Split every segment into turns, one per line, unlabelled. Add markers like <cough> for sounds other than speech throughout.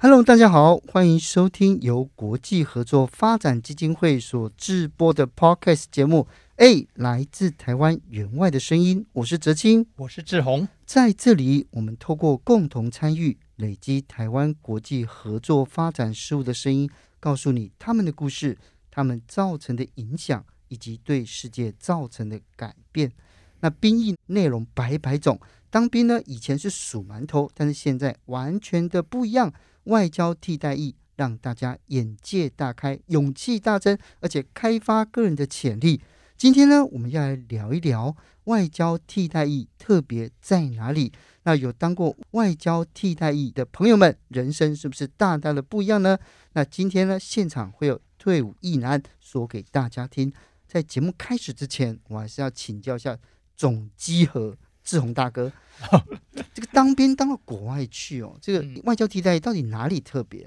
Hello，大家好，欢迎收听由国际合作发展基金会所制播的 Podcast 节目。哎，来自台湾员外的声音，我是哲青。
我是志宏。
在这里，我们透过共同参与，累积台湾国际合作发展事务的声音，告诉你他们的故事、他们造成的影响，以及对世界造成的改变。那兵役内容百百种，当兵呢以前是数馒头，但是现在完全的不一样。外交替代役让大家眼界大开，勇气大增，而且开发个人的潜力。今天呢，我们要来聊一聊外交替代役特别在哪里？那有当过外交替代役的朋友们，人生是不是大大的不一样呢？那今天呢，现场会有退伍役男说给大家听。在节目开始之前，我还是要请教一下总机和志宏大哥，这个当兵当到国外去哦，这个
嗯
外交替代役到底哪里特别？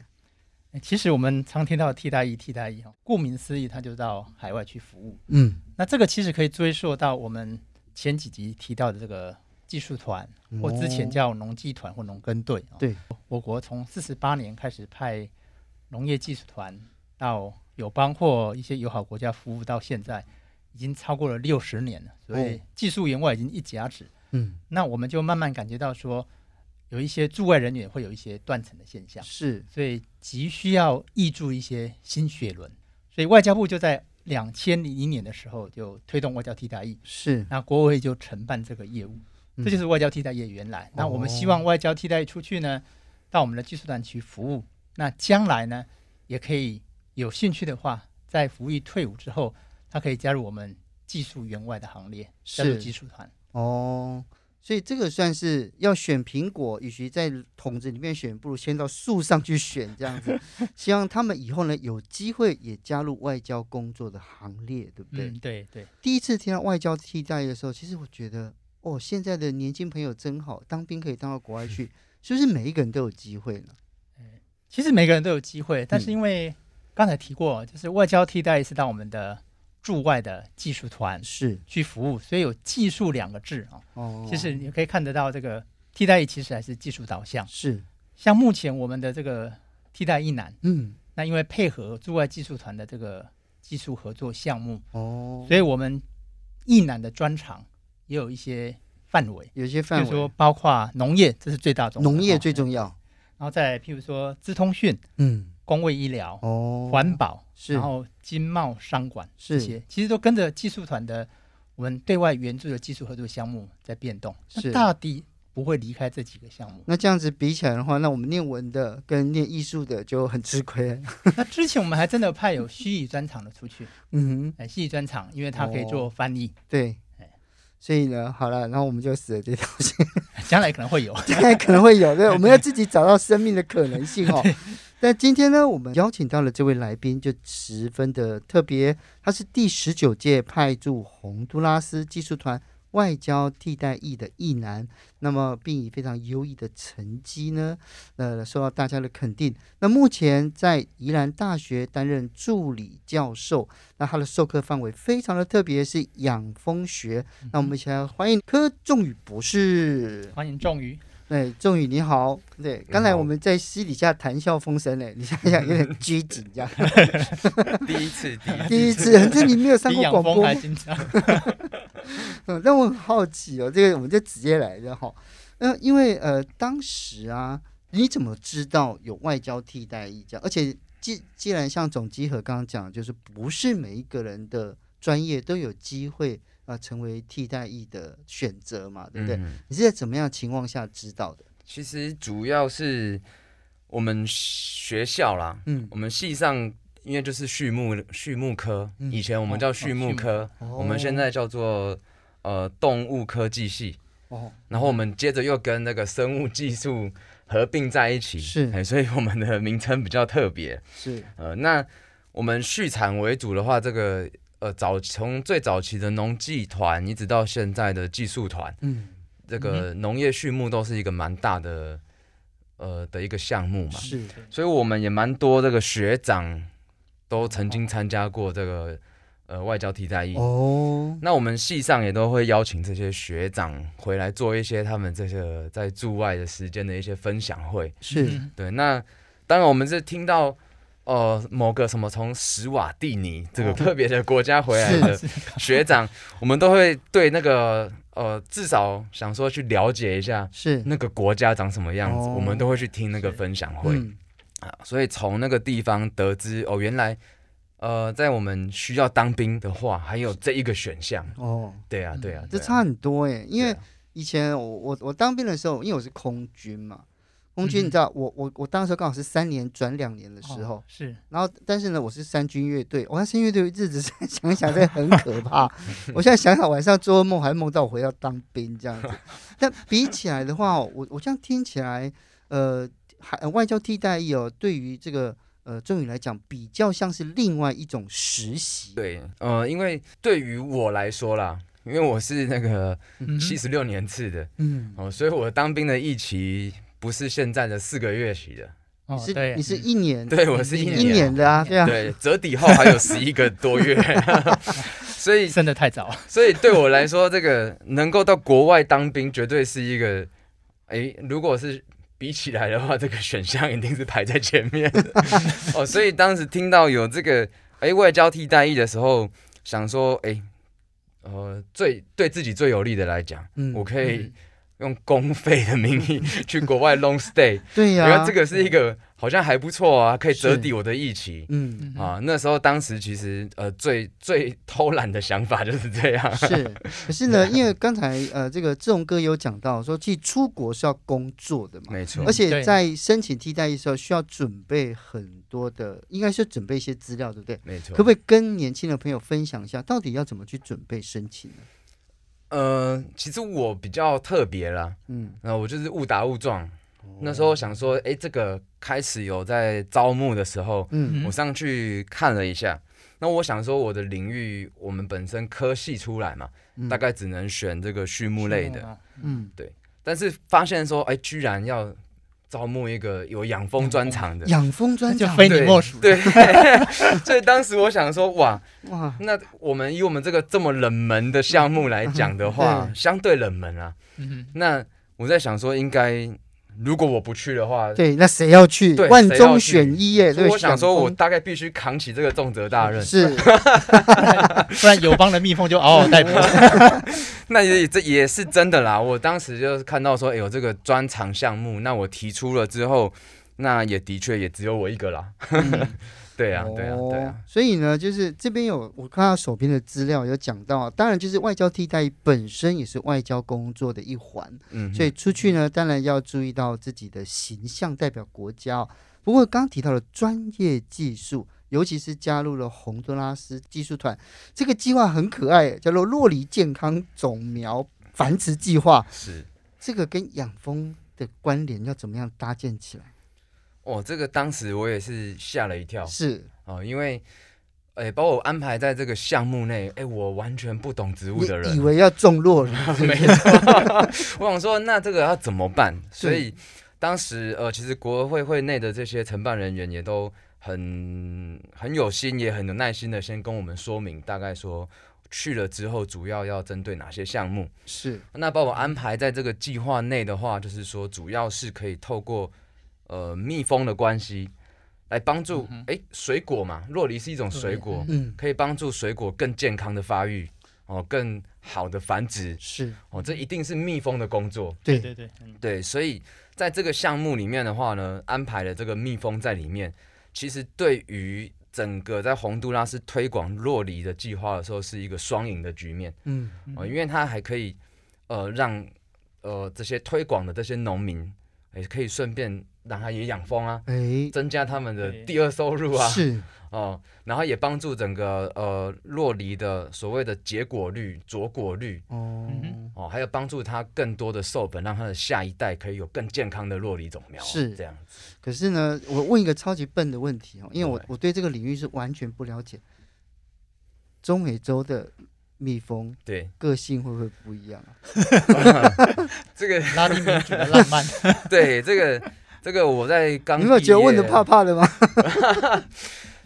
诶哎其实我们常听到的替代役，替代役哈，顾名思义，他就到海外去服务。
嗯，
那这个其实可以追溯到我们前几集提到的这个技术团，或之前叫农技团或农耕队。哦
哦对，
我国从四十八年开始派农业技术团到友邦或一些友好国家服务，到现在已经超过了六十年了，所以
哦
技术员外已经一甲子。
嗯，
那我们就慢慢感觉到说，有一些驻外人员会有一些断层的现象。
是
所以急需要挹注一些新血轮。所以外交部就在两千零一年的时候就推动外交替代役，
是，
那国委就承办这个业务，
嗯
这就是外交替代业原来。那我们希望外交替代役出去呢，到我们的技术团去服务，那将来呢也可以有兴趣的话，在服役退伍之后，他可以加入我们技术员外的行列，加入
是
技术团。
哦，所以这个算是要选苹果，与其在桶子里面选，不如先到树上去选这样
<laughs>
子。希望他们以后呢有机会也加入外交工作的行列，对不对？
嗯，对对，
第一次听到外交替代的时候，其实我觉得，哦，现在的年轻朋友真好，当兵可以当到国外去，是不是每一个人都有机会呢？
其实每个人都有机会，但是
嗯
因为刚才提过，就是外交替代是到我们的驻外的技术团
是
去服务，所以有技术两个字啊、
哦，
其实你可以看得到，这个替代役其实还是技术导向。
是
像目前我们的这个替代役男，
嗯
那因为配合驻外技术团的这个技术合作项目，
哦，
所以我们役男的专长也有一些范围，
有些
比
范
如说
围
包括农业，这是最大宗的
农业
哦
最，重要，
然后再譬如说资通讯、
嗯
工卫医疗、
哦，
环保。
是
然后经贸、商管这
是
些，其实都跟着技术团的我们对外援助的技术合作项目在变动，那
是
大抵不会离开这几个项
<laughs>。
目
那这样子比起来的话，那我们念文的跟念艺术的就很吃亏。
那之前我们还真的派有西语专场的出去， <laughs>
嗯哼，
哎，西语专场，因为它可以做翻译，
<laughs> 对
哎。
所以呢，好了，然后我们就死了这条线，
将来可能会有。
大概可能会有对，我们要自己找到生命的可能性哦。但今天呢，我们邀请到了这位来宾就十分的特别，他是第十九届派驻洪都拉斯技术团外交替代役的役男，那么并以非常优异的成绩呢，呃，受到大家的肯定。那目前在宜兰大学担任助理教授，那他的授课范围非常的特别，是养蜂学。那我们一起来欢迎柯仲宇博士。
欢迎
<laughs>
仲宇，
对，哎仲宇你好。对，刚才我们在私底下谈笑风生嘞，你想想有点拘谨这样。
<laughs> 第一次，第一次，
第一次，反正你没有上
比
过
养
广
蜂
播
还，紧张。
嗯，但我很好奇哦，这个我们就直接来的哈。嗯、因为呃，当时啊，你怎么知道有外交替代役这样？而且既既然像总集合刚刚讲，就是不是每一个人的专业都有机会啊、呃成为替代役的选择嘛，对不对？
嗯
你是在怎么样的情况下知道的？
其实主要是我们学校啦，
嗯
我们系上因为这是畜牧畜牧科，
嗯
以前我们叫哦畜牧科，
哦
我们现在叫做呃动物科技系，
哦，
然后我们接着又跟那个生物技术合并在一起，
是
哎所以我们的名称比较特别。
是
呃，那我们畜产为主的话，这个呃早从最早期的农技团一直到现在的技术团，
嗯
这个农业畜牧都是一个蛮大的呃的一个项目嘛，
是
所以我们也蛮多这个学长都曾经参加过这个呃外交替代役。
哦
那我们系上也都会邀请这些学长回来做一些他们这些在驻外的时间的一些分享会。
<laughs>
<laughs>
是
嗯
对，那当然我们是听到呃某个什么从史瓦蒂尼这
哦
个特别的国家回来的学长，我们都会对那个呃至少想说去了解一下
是
<laughs> 那个国家长什么样子，
哦
我们都会去听那个分享会、
嗯
啊，所以从那个地方得知哦原来。呃，在我们需要当兵的话，还有这一个选项，
哦，
对啊，对啊，
这
对啊
差很多哎，因为
对啊
以前我我我当兵的时候，因为我是空军嘛，空军
嗯
你知道，我我我当时刚好是三年转两年的
哦
时候，
是
然后但是呢，我是三军乐队，我哦看三军乐队日子 <laughs> 想一想真的很可 <laughs> 怕，我现在想想晚上做梦还梦到我回到当兵这 <laughs> 样子，但比起来的话哦，我我这样听起来，呃，还呃外交替代役哦，对于这个呃中语来讲，比较像是另外一种实习，
对，呃，因为对于我来说啦，因为我是那个
嗯
七十六年次的，
嗯，
哦，所以我当兵的役期不是现在的四个月期的，
哦
你是
对
你是一年
对我是
一
年，
嗯一年的啊，对啊，
对，折抵后还有十一个多
<laughs>
月，所以
生的太早，
所以对我来说，这个能够到国外当兵，绝对是一个，诶，如果是。比起来的话，这个选项一定是排在前
<laughs>
面的哦。所以当时听到有这个诶外交替代役的时候，想说诶，呃，最对自己最有利的来讲，
嗯
我可以用公费的名义 <laughs> 去国外 long stay，
<laughs> 对啊
然
呀，
后这个是一个好像还不错啊，可以折
是
抵我的疫情
嗯。
嗯
啊。那时候当时其实呃最最偷懒的想法就是这样，
是，可是呢，因为刚才呃，这个志宏哥有讲到说，其实出国是要工作的嘛，
没错
而，且
对
在申请替代役的时候，需要准备很多的，应该是准备一些资料，对不对？
没错。
可不可以跟年轻的朋友分享一下，到底要怎么去准备申请呢？
呃，其实我比较特别啦，
嗯，
那我就是误打误撞。
哦
那时候想说，诶，这个开始有在招募的时候，
嗯，
嗯
我上去看了一下。那我想说，我的领域我们本身科系出来嘛，
嗯
大，概只能选这个畜牧类的。
啊，
嗯，
但是发现说，哎，居然要招募一个有养蜂专长的，
养蜂专
那就
长，
非你莫属。
对， <laughs> 所以当时我想说，哇，
哇，
那我们以我们这个这么冷门的项目来讲的
<laughs>
话，
对
相对冷门啊。
嗯哼，
那我在想说，应该如果我不去的话，
对，那谁要去？
对
万
谁要
中
去
选一耶！
所
对，
以我想说，我
养
大概必须扛起这个重责大
<laughs> 蜂
任。
是
不然友邦的蜜蜂就哦嗷嗷待哺。
那也这也是真的啦。我当时就是看到说，哎、有这个专长项目，那我提出了之后，那也的确也只有我一个啦。 <laughs> 对啊，对啊，对啊。
嗯哦所以呢，就是这边有我看到手边的资料有讲到，当然就是外交替代役本身也是外交工作的一环，
嗯，
所以出去呢，当然要注意到自己的形象，代表国家哦、不过刚提到了专业技术，尤其是加入了洪都拉斯技术团，这个计划很可爱，叫做洛梨健康种苗繁殖计划。
是
这个跟养蜂的关联要怎么样搭建起来？
哦，这个当时我也是吓了一跳
是
哦，因为哎、把我安排在这个项目内，哎、我完全不懂植物的
你
人，
以为要种洛梨，
<laughs>
<laughs>
没错，我想说那这个要怎么办？
嗯
所以当时呃，其实国会会内的这些承办人员也都很很有心，也很有耐心的先跟我们说明，大概说去了之后主要要针对哪些项目。
是
那把我安排在这个计划内的话，就是说主要是可以透过呃蜜蜂的关系来帮助
嗯哼
诶水果嘛，洛梨是一种水果，
对
嗯
可以帮助水果更健康的发育哦，更好的繁殖
是
哦，这一定是蜜蜂的工作
对
对对，嗯
对，所以在这个项目里面的话呢，安排了这个蜜蜂在里面，其实对于整个在洪都拉斯推广洛梨的计划的时候，是一个双赢的局面。 <laughs>
嗯
哦，因为它还可以呃让呃这些推广的这些农民也可以顺便让他也养蜂啊，
哎，
增加他们的
对
第二收入啊，
是
哦，然后也帮助整个呃洛梨的所谓的结果率、着果率
哦，
嗯
哦，还有帮助它更多的授粉，让它的下一代可以有更健康的洛梨种苗，
是
这样子。
可是呢，我问一个超级笨的问题哦，因为我
对
我对这个领域是完全不了解。中美洲的蜜蜂
对， <laughs>
个性会不会不一样啊？
这个
拉丁民族的浪 <laughs> 漫，
对这个这个我在刚
你有没有觉得
毕业
问
<laughs>
的怕怕的吗？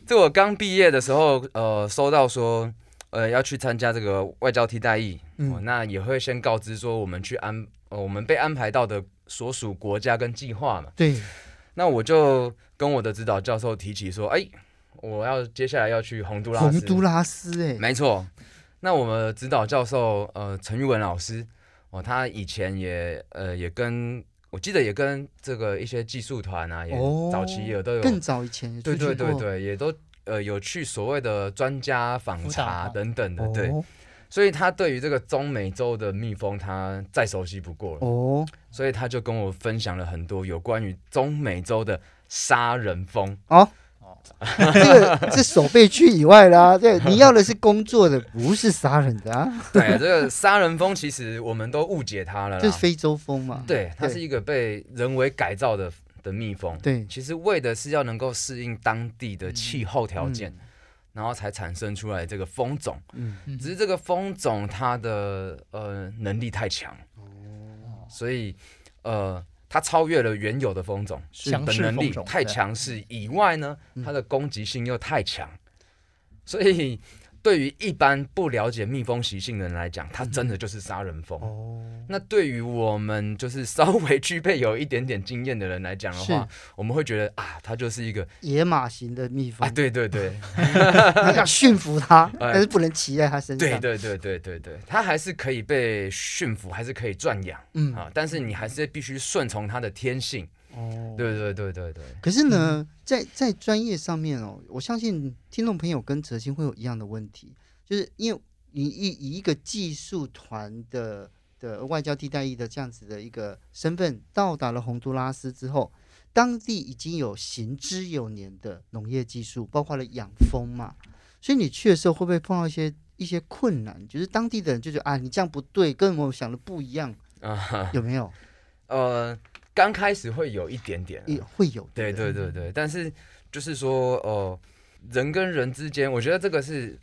这我刚毕业的时候，呃，收到说，呃，要去参加这个外交替代役，哦，
嗯，
那也会先告知说我们去安，呃，我们被安排到的所属国家跟计划嘛。
对，
那我就跟我的指导教授提起说，哎，我要接下来要去洪都拉斯。
洪都拉斯哎、
没错。那我们指导教授，呃，陈玉文老师，哦，他以前也，呃，也跟我记得也跟这个一些技术团啊，也
哦
早期也都有
更早以前也出
对
去
对
过，
对对，也都呃有去所谓的专家访
辅导
察
哦
等等的，对，
哦
所以他对于这个中美洲的蜜蜂，他再熟悉不过了，
哦
所以他就跟我分享了很多有关于中美洲的杀人蜂。
哦，这个是手背区以外啦、
<laughs>
对，你要的是工作的，不是杀人的啊，
对，这个杀人蜂其实我们都误解它
<laughs>
了
就是
啦，
非洲蜂嘛。
啊对，它
对
是一个被人为改造的的蜜蜂，
对
其实为的是要能够适应当地的气候条件。
嗯
然后才产生出来这个蜂种，
嗯，
嗯
只是这个蜂种它的呃能力太强，
哦
所以呃，它超越了原有的风种
是
强
的
势
能
风
力
种
太，强势以外呢，它的攻击性又太强，所以对于一般不了解蜜蜂习性的人来讲，它真的就是杀人蜂。
哦，
那对于我们就是稍微具备有一点点经验的人来讲的话，我们会觉得啊，它就是一个
野马型的蜜蜂
<laughs> 啊，，对对对
要驯服它，
哎
但是不能骑在它身
对
上。
对对对对对，它还是可以被驯服，还是可以转养
嗯，
啊，但是你还是必须顺从它的天性。
哦，
对对对对对，
可是呢，在在专业上面哦，我相信听众朋友跟哲欣会有一样的问题，就是因为你以以一个技术团的的外交替代役的这样子的一个身份到达了洪都拉斯之后，当地已经有行之有年的农业技术，包括了养蜂嘛，所以你去的时候会不会碰到一些一些困难？就是当地的人就觉得啊，你这样不对，跟我想的不一样，
啊哈。
有没有？
呃，刚开始会有一点点啊、
也会有，
对
不
对对对，但是就是说，呃，人跟人之间，我觉得这个是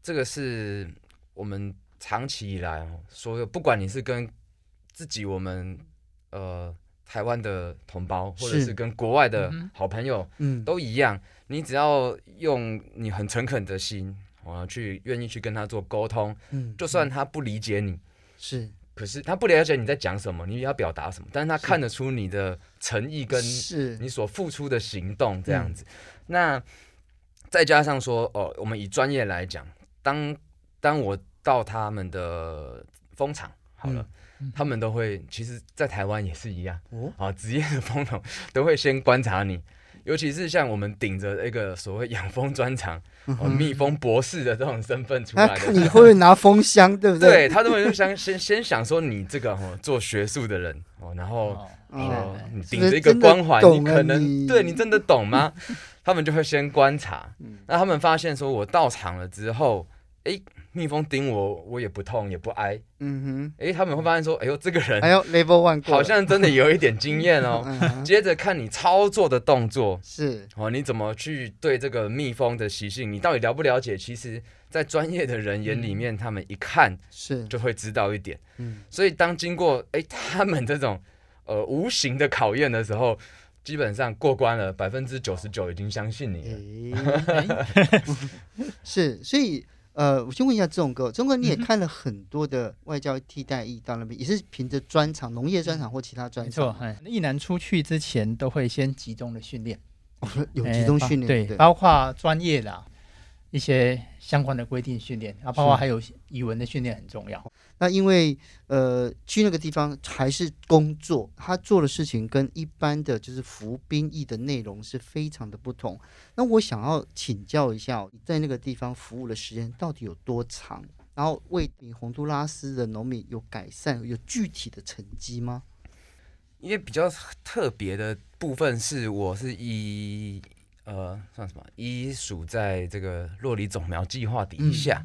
这个是我们长期以来哦，所有不管你是跟自己我们呃台湾的同胞，或者
是
是跟国外的
嗯哼
好朋友，
嗯，
都一样，你只要用你很诚恳的心。啊，去愿意去跟他做沟通，
嗯，
就算他不理解你，
是
可是他不了解你在讲什么，你要表达什么，但是他看得出你的诚意跟
是
你所付出的行动这
嗯
样子。那再加上说，哦，我们以专业来讲，当当我到他们的蜂场好了，
嗯嗯
他们都会，其实，在台湾也是一样
哦
啊，职业的蜂农都会先观察你。尤其是像我们顶着一个所谓养蜂专长、哦、蜜蜂博士的这种身份出来
嗯他
的时候，
看你会不会拿风箱，对不
对？他们就想先先想说你这个哦做学术的人哦，然后
哦
哦
哦
你
是
顶
不是
着一个
真的
光环，
懂
你
啊
可能
你
对你真的懂吗？ <laughs> 他们就会先观察，
嗯
那他们发现说我到场了之后，诶，蜜蜂叮我我也不痛也不哀，
嗯
诶，他们会发现说，哎呦这个
哼，还
人
有 Level One 过了
好像真的有一点经
<laughs>
验哦。
嗯哼
接着看你操作的动作，
是
哦，你怎么去对这个蜜蜂的习性，你到底了不了解？其实，在专业的人眼里
嗯
面，他们一看
是，
就会知道一点。
嗯，
所以当经过哎、他们这种呃无形的考验的时候，基本上过关了，百分之九十九已经相信你了。
诶 <laughs> 是，所以呃，我先问一下钟哥，钟哥你
嗯
也看了很多的外交替代役到那边，也是凭着专长、农业专长或其他专
没错
长，，
嗯，一男出去之前都会先集中的训练，
哦有
哎
集中
包
训练，
对，包括专业的啊一些相关的规定训练，啊，包括还有语文的训练很重要。
哦
那因为呃去那个地方还是工作，他做的事情跟一般的就是服兵役的内容是非常的不同。那我想要请教一下哦，你在那个地方服务的时间到底有多长？然后为你洪都拉斯的农民有改善有具体的成绩吗？
因为比较特别的部分是，我是依呃算什么依属在这个洛里总苗计划底下，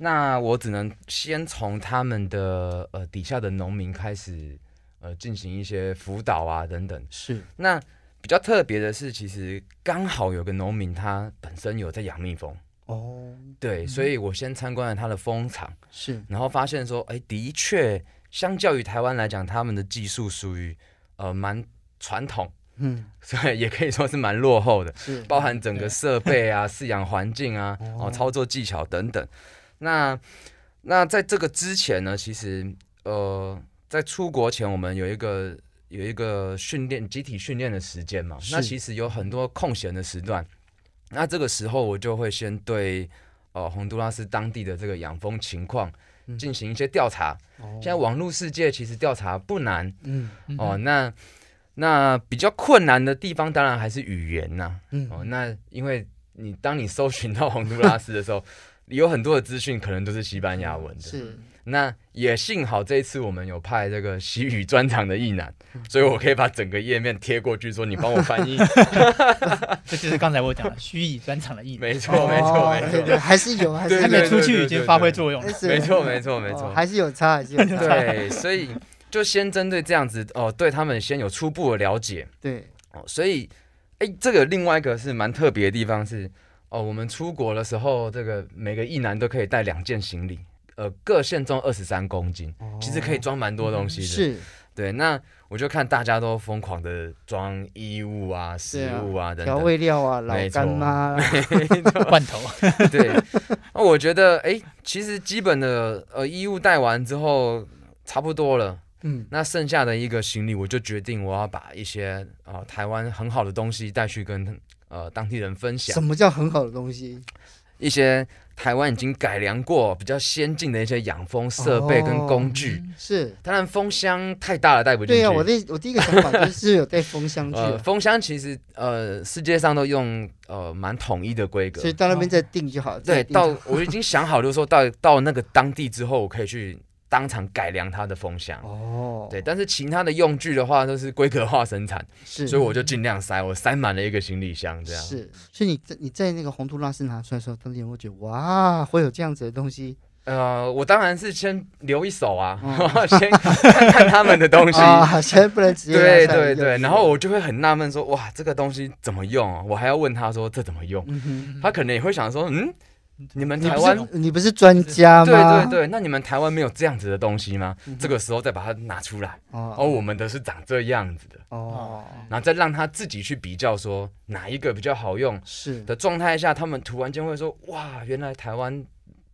那我只能先从他们的呃底下的农民开始呃进行一些辅导啊等等。
是
那比较特别的是，其实刚好有个农民他本身有在养蜜蜂，
哦，
对，所以我先参观了他的蜂场。
是
然后发现说，哎，的确，相较于台湾来讲，他们的技术属于呃蛮传统，
嗯
所以也可以说是蛮落后的，
是
包含整个设备啊、 <laughs> 饲养环境啊、
哦
哦操作技巧等等。那那在这个之前呢，其实呃，在出国前，我们有一个有一个训练集体训练的时间嘛，
是
那其实有很多空闲的时段，那这个时候我就会先对呃洪都拉斯当地的这个养蜂情况
嗯
进行一些调查。
哦
现在网络世界其实调查不难
嗯
嗯
哦，
哼，
那那比较困难的地方当然还是语言呐、
嗯
哦，那因为你当你搜寻到洪都拉斯的时候，有很多的资讯可能都是西班牙文的。
嗯是
那也幸好这一次我们有派这个西语专场的译男，
嗯
所以我可以把整个页面贴过去，说你帮我翻
<laughs>
译。
这就是刚才我讲的虚拟专场的意义，
没错，没错，没
对对，
错，
哦还是有，还是
对
还没
对
出去已经发挥作用了
还。是
没错，没错，没
哦
错。
还是有差，还是有
<laughs>
差，
对，所以就先针对这样子哦，对他们先有初步的了解。
对
哦，所以，哎，这个另外一个是蛮特别的地方是，哦，我们出国的时候，这个每个一男都可以带两件行李，呃，各限重二十三公斤，
哦
其实可以装蛮多东西的。，
是
对。那我就看大家都疯狂的装衣物啊、
对
食
啊
物啊等
调
等，
味料啊，老
没错
干妈啊，
罐头，
<laughs> 对。那我觉得，哎，其实基本的呃衣物带完之后差不多了。
嗯
那剩下的一个行李，我就决定我要把一些呃台湾很好的东西带去跟呃当地人分享
什。么叫很好的东西？
一些台湾已经改良过、比较先进的一些养蜂设备跟工具。
哦是
当然，蜂箱太大了，带不
嗯
进
对
去。
呀，我第我第一个想法就是有带封箱去啊，
呃， <laughs> 蜂箱其实呃，世界上都用呃蛮统一的规格
所。以到那边再定就好。
呃对，
再订就好
到我已经想好，就是说到到那个当地之后，我可以去当场改良它的蜂箱。
哦，
对，但是其他的用具的话，都是规格化生产，
是，
所以我就尽量塞，我塞满了一个行李箱这样。
是，所以你在你在那个洪都拉斯拿出来的时候，当地人会觉得哇，会有这样子的东西
呃，我当然是先留一手啊，
哦
<laughs> 先看看他们的东
<laughs>
西。
啊，现在不能直接
对
拿出来
对
用
对，然后我就会很纳闷说，哇，这个东西怎么用、啊？我还要问他说这怎么用？
嗯哼，
他可能也会想说，嗯，你们
你
台
不
湾
是你不是专家
对
吗？
对对，那你们台湾没有这样子的东西吗？
嗯哼
这个时候再把它拿出来，哦，
哦
我们的是长这样子的，
嗯
哦，
然后再让他自己去比较说哪一个比较好用
是
的状态下，他们突然间会说，哇，原来台湾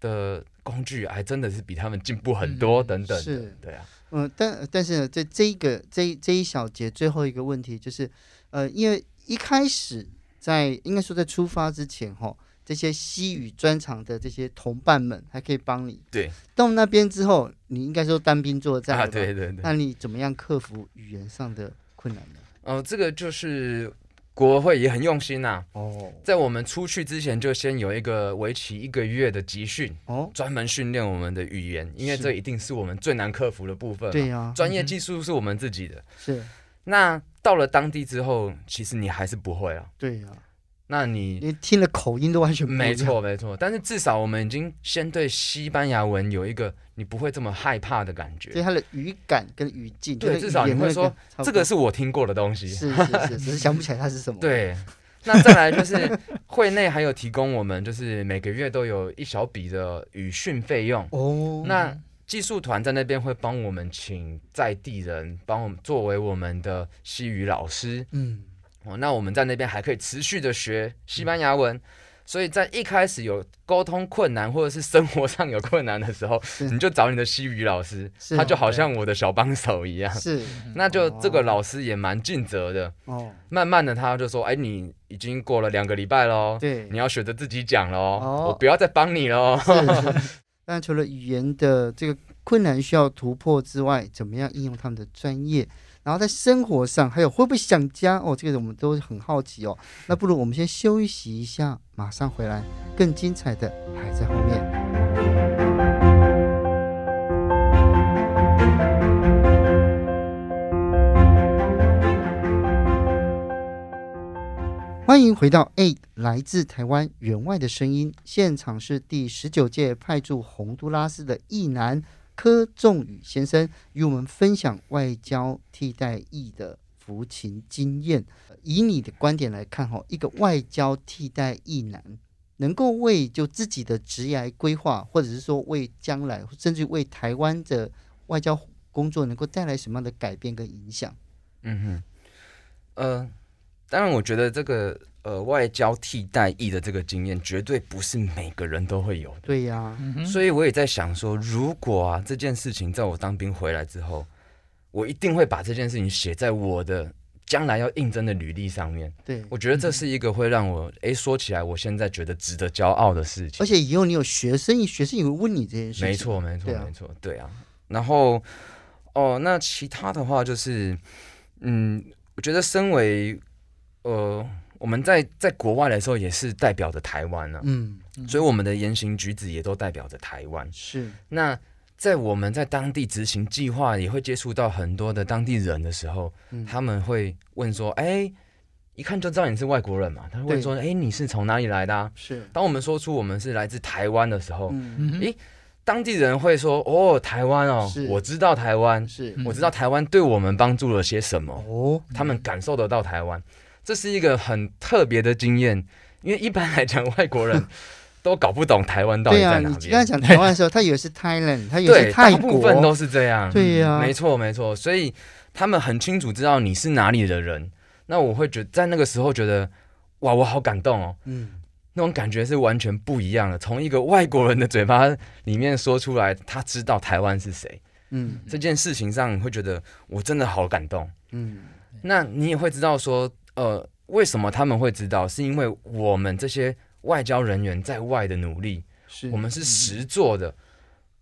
的工具还真的是比他们进步很多
嗯
等等的，
是
对啊，
嗯，但但是呢，这这一个这一这一小节最后一个问题就是，呃，因为一开始在应该说在出发之前哈，这些西语专场的这些同伴们还可以帮你。
对
到那边之后，你应该说单兵作战
啊，
了吧
对对对。
那你怎么样克服语言上的困难呢？
哦，这个就是国会也很用心呐、
哦
在我们出去之前，就先有一个为期一个月的集训，
哦，
专门训练我们的语言，因为
是
这一定是我们最难克服的部分嘛。
对呀、
专业
嗯哼
技术是我们自己的。
是，
那到了当地之后，其实你还是不会啊。
对呀、
那你
你听了口音都完全不一样
没，错没错，但是至少我们已经先对西班牙文有一个你不会这么害怕的感
所以
觉。
它的语感跟语境，
对
就是
至少
语言
你会
那个
说
差不
这
多
个是我听过的东西。
是是是，只是想不起来它是什么。，
对，那再来就是会内还有提供我们就是每个月都有一小笔的语训费用，
哦，
嗯
那技术团在那边会帮我们请在地人帮我们作为我们的西语老师
嗯，
哦，那我们在那边还可以持续的学西班牙文。所以在一开始有沟通困难或者是生活上有困难的时候，你就找你的西语老师，
是哦
他就好像我的小帮手一样。
是
<laughs>
嗯
那就这个
哦
老师也蛮尽责的，
哦，
慢慢的他就说，哎，你已经过了两个礼拜喽，
对
你，要学着自己讲喽，
哦
我不要再帮你喽。
<laughs> 是是。那除了语言的这个困难需要突破之外，怎么样应用他们的专业？然后在生活上还有会不会想家哦？这个我们都很好奇哦。那不如我们先休息一下，马上回来，更精彩的还在后面。欢迎回到 A 来自台湾员外的声音，现场是第十九届派驻洪都拉斯的役男柯仲宇先生，与我们分享外交替代役的服勤经验。呃以你的观点来看，哈，一个外交替代役男能够为就自己的职业规划，或者是说为将来，甚至为台湾的外交工作能够带来什么样的改变跟影响？
嗯哼，呃，当然，我觉得这个呃外交替代役的这个经验，绝对不是每个人都会有的。
对呀、
嗯
所以我也在想说，如果啊这件事情在我当兵回来之后，我一定会把这件事情写在我的将来要应征的履历上面。
对，
我觉得这是一个会让我诶说起来，我现在觉得值得骄傲的事情。
而且以后你有学生，学生也会问你这件事情。
没错，没错，
对啊
没错，对啊。然后，哦，那其他的话就是，嗯，我觉得身为呃，我们在在国外的时候也是代表着台湾呢、
嗯，
所以我们的言行举止也都代表着台湾。
是，
那在我们在当地执行计划，也会接触到很多的当地人的时候，
嗯
他们会问说：“哎、一看就知道你是外国人嘛。”他会问说：“哎、你是从哪里来的、啊
是？”，
当我们说出我们是来自台湾的时候，
嗯，
嗯哼
诶当地人会说：“哦，台湾哦
是，
我知道台湾，
是，
嗯
我知道台湾对我们帮助了些什么，
哦，
他们感受得到台湾。”这是一个很特别的经验，因为一般来讲，外
<laughs>
国人都搞不懂台湾到底
对啊，
在
你
哪
刚才
边。
讲台湾的时候，他以为是 Thailand，他以为
对，
是泰
大部分
国，
都是这样。嗯
对呀、
没错，没错，所以他们很清楚知道你是哪里的人。那我会觉在那个时候觉得，哇，我好感动哦，
嗯，
那种感觉是完全不一样的。从一个外国人的嘴巴里面说出来，他知道台湾是谁
嗯
这件事情上，你会觉得我真的好感动。
嗯
那你也会知道说，呃，为什么他们会知道，是因为我们这些外交人员在外的努力，
是，嗯
我们是实做的。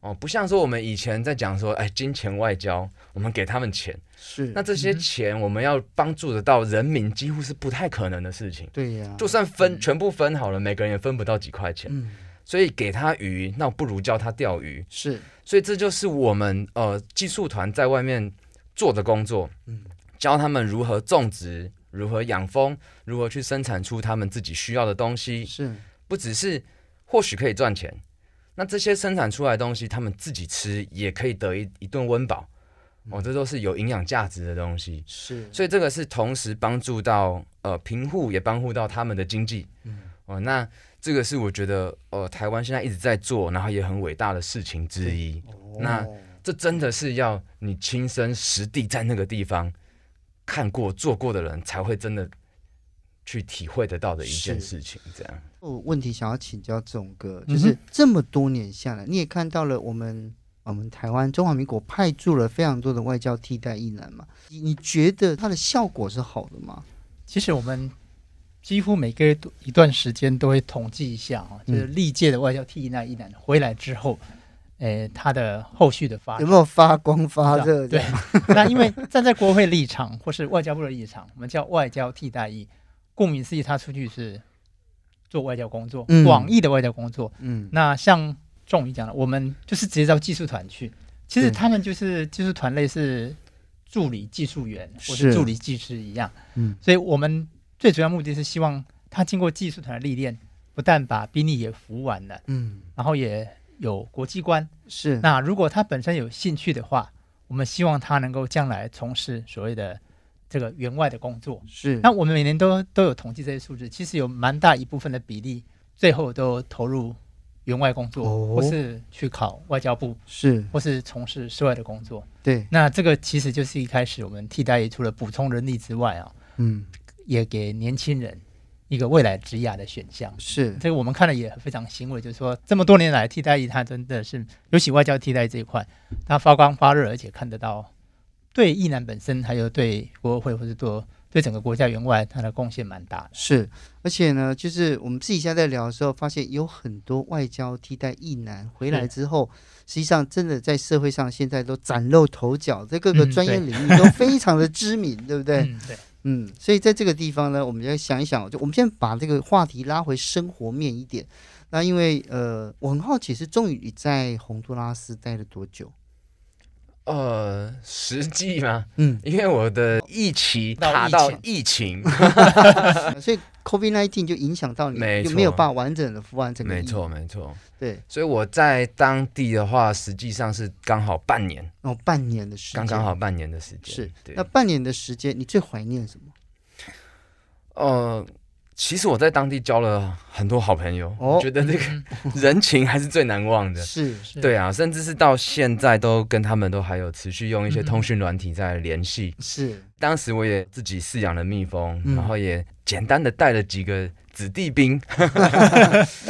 哦，不像说我们以前在讲说，哎，金钱外交，我们给他们钱，
是，嗯
那这些钱我们要帮助得到人民，几乎是不太可能的事情。
对呀、
就算分全部分好了，每个人也分不到几块钱，
嗯，
所以给他鱼，那不如教他钓鱼。
是，
所以这就是我们呃技术团在外面做的工作，
嗯
教他们如何种植、如何养蜂、如何去生产出他们自己需要的东西，
是，
不只是或许可以赚钱，那这些生产出来的东西，他们自己吃也可以得一一顿温饱，哦，这都是有营养价值的东西。
是，
所以这个是同时帮助到呃贫户，也帮助到他们的经济。哦，那这个是我觉得呃台湾现在一直在做，然后也很伟大的事情之一。那
哦
这真的是要你亲身实地在那个地方看过、做过的人，才会真的去体会得到的一件
是
事情。这样。
我问题想要请教总哥，
嗯
就是这么多年下来，你也看到了我们我们台湾中华民国派驻了非常多的外交替代役男嘛，你你觉得它的效果是好的吗？
其实我们几乎每个月都一段时间都会统计一下啊，
嗯
就是历届的外交替代役男回来之后，诶、他的后续的发展
有没有发光发热？
对，，那因为站在国会立场或是外交部的立场，我们叫外交替代役。顾名思义，他出去是做外交工作
嗯，
广义的外交工作。
嗯，
那像仲宇讲的，我们就是直接到技术团去。其实
对
他们就是技术团类似助理技术员或
是
是助理技师一样。
嗯，
所以我们最主要目的是希望他经过技术团的历练，不但把兵力也服完了，
嗯，
然后也有国际观，
是，
那如果他本身有兴趣的话，我们希望他能够将来从事所谓的这个员外的工作。
是，
那我们每年都都有统计这些数字，其实有蛮大一部分的比例最后都投入员外工作，
哦
或是去考外交部，
是
或是从事室外的工作。
对，
那这个其实就是一开始我们替代役除了补充人力之外啊，
嗯，
也给年轻人一个未来职涯的选项。
是，
这个我们看了也非常欣慰，就是说这么多年来，替代役它真的是，尤其外交替代这一块，它发光发热，而且看得到对役男本身，还有对国会或者对对整个国家员外，它的贡献蛮大的。
是，而且呢，就是我们自己现在在聊的时候，发现有很多外交替代役男回来
是
之后，实际上真的在社会上现在都崭露头角，在各个
嗯
专业
对
领域都非常的知名，对不对？
嗯，对，
嗯，所以在这个地方呢，我们要想一想，就我们先把这个话题拉回生活面一点。那因为呃，我很好奇是，终于你在洪都拉斯待了多久？
呃，实际吗？ <laughs>
嗯，
因为我的疫期
到
卡
疫
到
情
疫情，
<laughs> 嗯所以 COVID-19 就影响到你，
没
就没有
错
办法完整的服完整个。
没，错没错，
对，
所以我在当地的话，实际上是刚好半年，
然后半年的时间，
刚刚好。半年的时间。
是，
对
那。半年的时间，你最怀念什么？
呃，其实我在当地交了很多好朋友，
哦
我觉得这个 <laughs> 人情还是最难忘的。
是，
是
对啊，甚至是到现在都跟他们都还有持续用一些
嗯
通讯软体在联系。
是，
当时我也自己饲养了蜜蜂，
嗯
然后也简单的带了几个子弟兵， <laughs>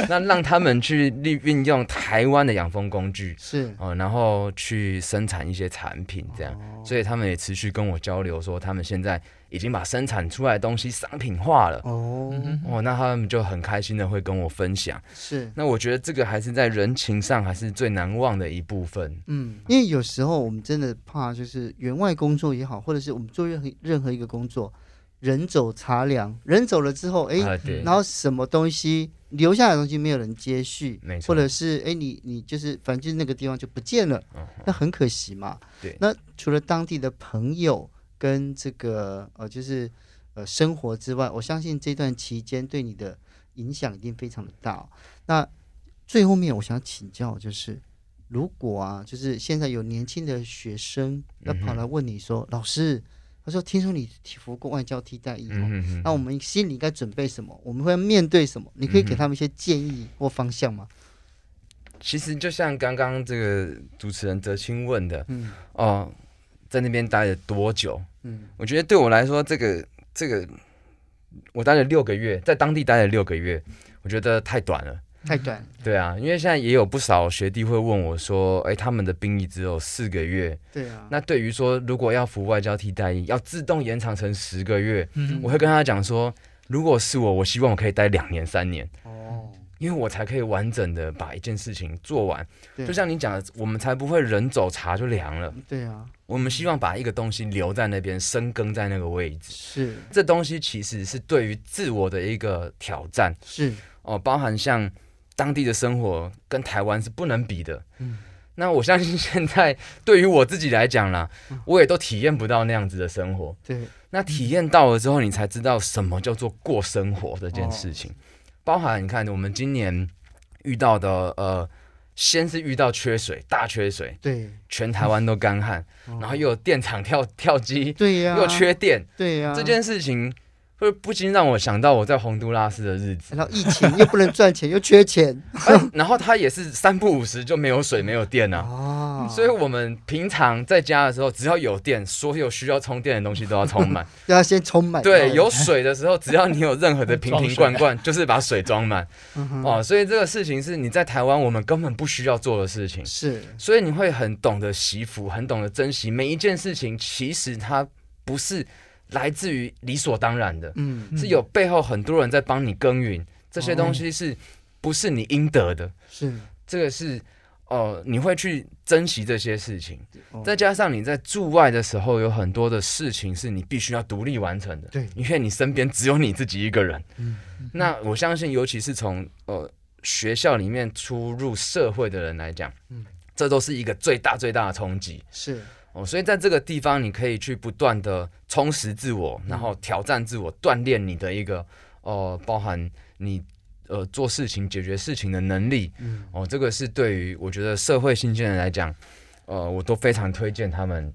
那让他们去利运用台湾的养蜂工具。
是，
哦，然后去生产一些产品，这样，
哦
所以他们也持续跟我交流，说他们现在已经把生产出来的东西商品化了。
哦，
嗯哼
哦，那他们就很开心的会跟我分享。
是，
那我觉得这个还是在人情上还是最难忘的一部分。
嗯，因为有时候我们真的怕，就是员外工作也好，或者是我们做任何任何一个工作，人走茶凉，人走了之后，哎、
啊，对，
然后什么东西留下来的东西没有人接续，
没错
或者是哎、你你就是反正就是那个地方就不见了，
嗯
那很可惜嘛。
对
那除了当地的朋友跟这个呃就是呃生活之外，我相信这段期间对你的影响一定非常的大哦、那最后面我想请教就是。如果啊，就是现在有年轻的学生，那
嗯哼
跑来问你说：“老师，他说听说你服过外交替代役、哦，
嗯哼哼
那我们心里应该准备什么？我们会面对什么？你可以给
嗯哼
他们一些建议或方向吗？
其实就像刚刚这个主持人哲青问的，
嗯
哦，在那边待了多久？
嗯，
我觉得对我来说，这个这个，我待了六个月，在当地待了六个月，我觉得太短了。
太短，
对啊，因为现在也有不少学弟会问我说，哎，他们的兵役只有四个月，
<laughs> 对啊，
那对于说如果要服外交替代役，要自动延长成十个月，
嗯
我会跟他讲说，如果是我，我希望我可以待两年三年，
哦，
因为我才可以完整的把一件事情做完。
对
就像你讲的，我们才不会人走茶就凉了。
对啊，
我们希望把一个东西留在那边，深耕在那个位置。
是
这东西其实是对于自我的一个挑战
是，
哦，包含像当地的生活跟台湾是不能比的。
嗯
那我相信现在对于我自己来讲啦，我也都体验不到那样子的生活。
对，
那体验到了之后，你才知道什么叫做过生活这件事
嗯
情。包含你看，我们今年遇到的呃，先是遇到缺水，大缺水，
对，
全台湾都干旱，
哦
然后又有电厂跳跳机，
对呀、
又，缺电，
对呀、
这件事情会不禁让我想到我在洪都拉斯的日子。
然后疫情又不能赚钱，又缺钱
哎然后它也是三不五时就没有水，没有电啊。
啊，
所以我们平常在家的时候，只要有电，所有需要充电的东西都要充满。
要先充满
嗯对，
到
有水的时候，只要你有任 <laughs> 何的瓶瓶罐罐，就是把水装满
嗯哼
哦。所以这个事情是你在台湾我们根本不需要做的事情，
是
所以你会很懂得惜福，很懂得珍惜每一件事情。其实它不是来自于理所当然的，
嗯
嗯
是有背后很多人在帮你耕耘，这些东西是不是你应得的？
是，
这个是哦、你会去珍惜这些事情。
哦
再加上你在驻外的时候，有很多的事情是你必须要独立完成的，
对
因为你身边只有你自己一个人。
嗯
那我相信，尤其是从呃学校里面出入社会的人来讲，
嗯
这都是一个最大最大的冲击
是
哦。所以在这个地方，你可以去不断的充实自我，然后挑战自我，锻炼你的一个呃，包含你。呃，做事情、解决事情的能力，
嗯
哦，这个是对于我觉得社会新鲜人来讲，呃，我都非常推荐他们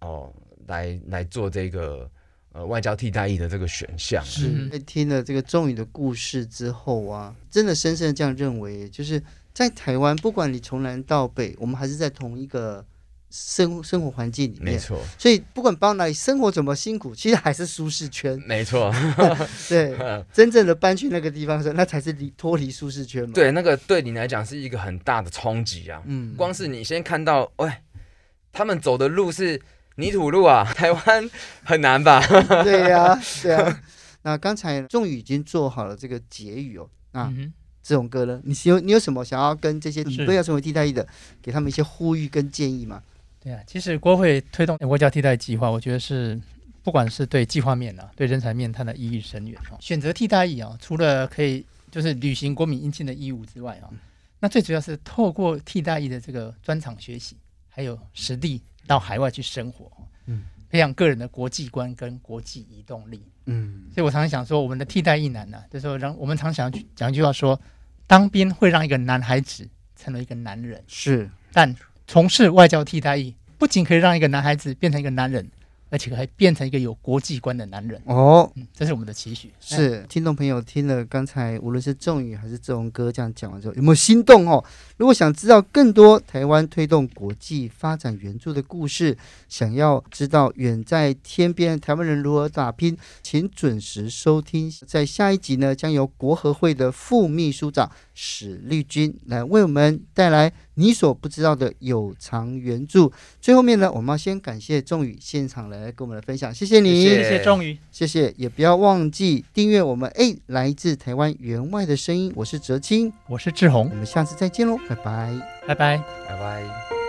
哦、来来做这个呃外交替代役的这个选项。
是
嗯，
在听了这个仲宇的故事之后啊，真的深深的这样认为，就是在台湾，不管你从南到北，我们还是在同一个生生活环境里
没
面，
错，
所以不管搬到哪里，生活怎么辛苦，其实还是舒适圈。
没错， <laughs>
对，真正的搬去那个地方的时候，那才是离脱离舒适圈嘛。，
对，那个对你来讲是一个很大的冲击啊。
嗯，
光是你先看到，喂、他们走的路是泥土路啊， <laughs> 台湾很难吧？
<laughs> 对呀、对呀、那刚才仲宇已经做好了这个结语哦，那
嗯哼
志勇哥呢？你有你有什么想要跟这些
是
准备要成为替代役的，给他们一些呼吁跟建议吗？
对啊，其实国会推动国家替代计划，我觉得是不管是对计划面啊，对人才面，它的意义深远哦。选择替代役啊，除了可以就是履行国民应尽的义务
嗯
之外啊，那最主要是透过替代役的这个专场学习，还有实地到海外去生活，
嗯，
培养个人的国际观跟国际移动力。
嗯
所以我常常想说，我们的替代役男呢、就是说让我们常想讲一句话说，当兵会让一个男孩子成为一个男人，
是
但从事外交替代役，不仅可以让一个男孩子变成一个男人，而且还变成一个有国际观的男人。
哦，
嗯，这是我们的期许。哎
是，听众朋友听了刚才无论是仲宇还是志宏哥这样讲完之后，有没有心动哦？如果想知道更多台湾推动国际发展援助的故事，想要知道远在天边台湾人如何打拼，请准时收听。在下一集呢，将由国合会的副秘书长史立军来为我们带来你所不知道的有偿援助。最后面呢，我们要先感谢仲宇现场来跟我们的分享，谢谢你，
谢
哎谢谢终于，
谢谢，也不要忘记订阅我们。哎，来自台湾员外的声音，我是哲青，
我是志宏
我，们下次再见喽，拜拜。
拜拜。
拜拜。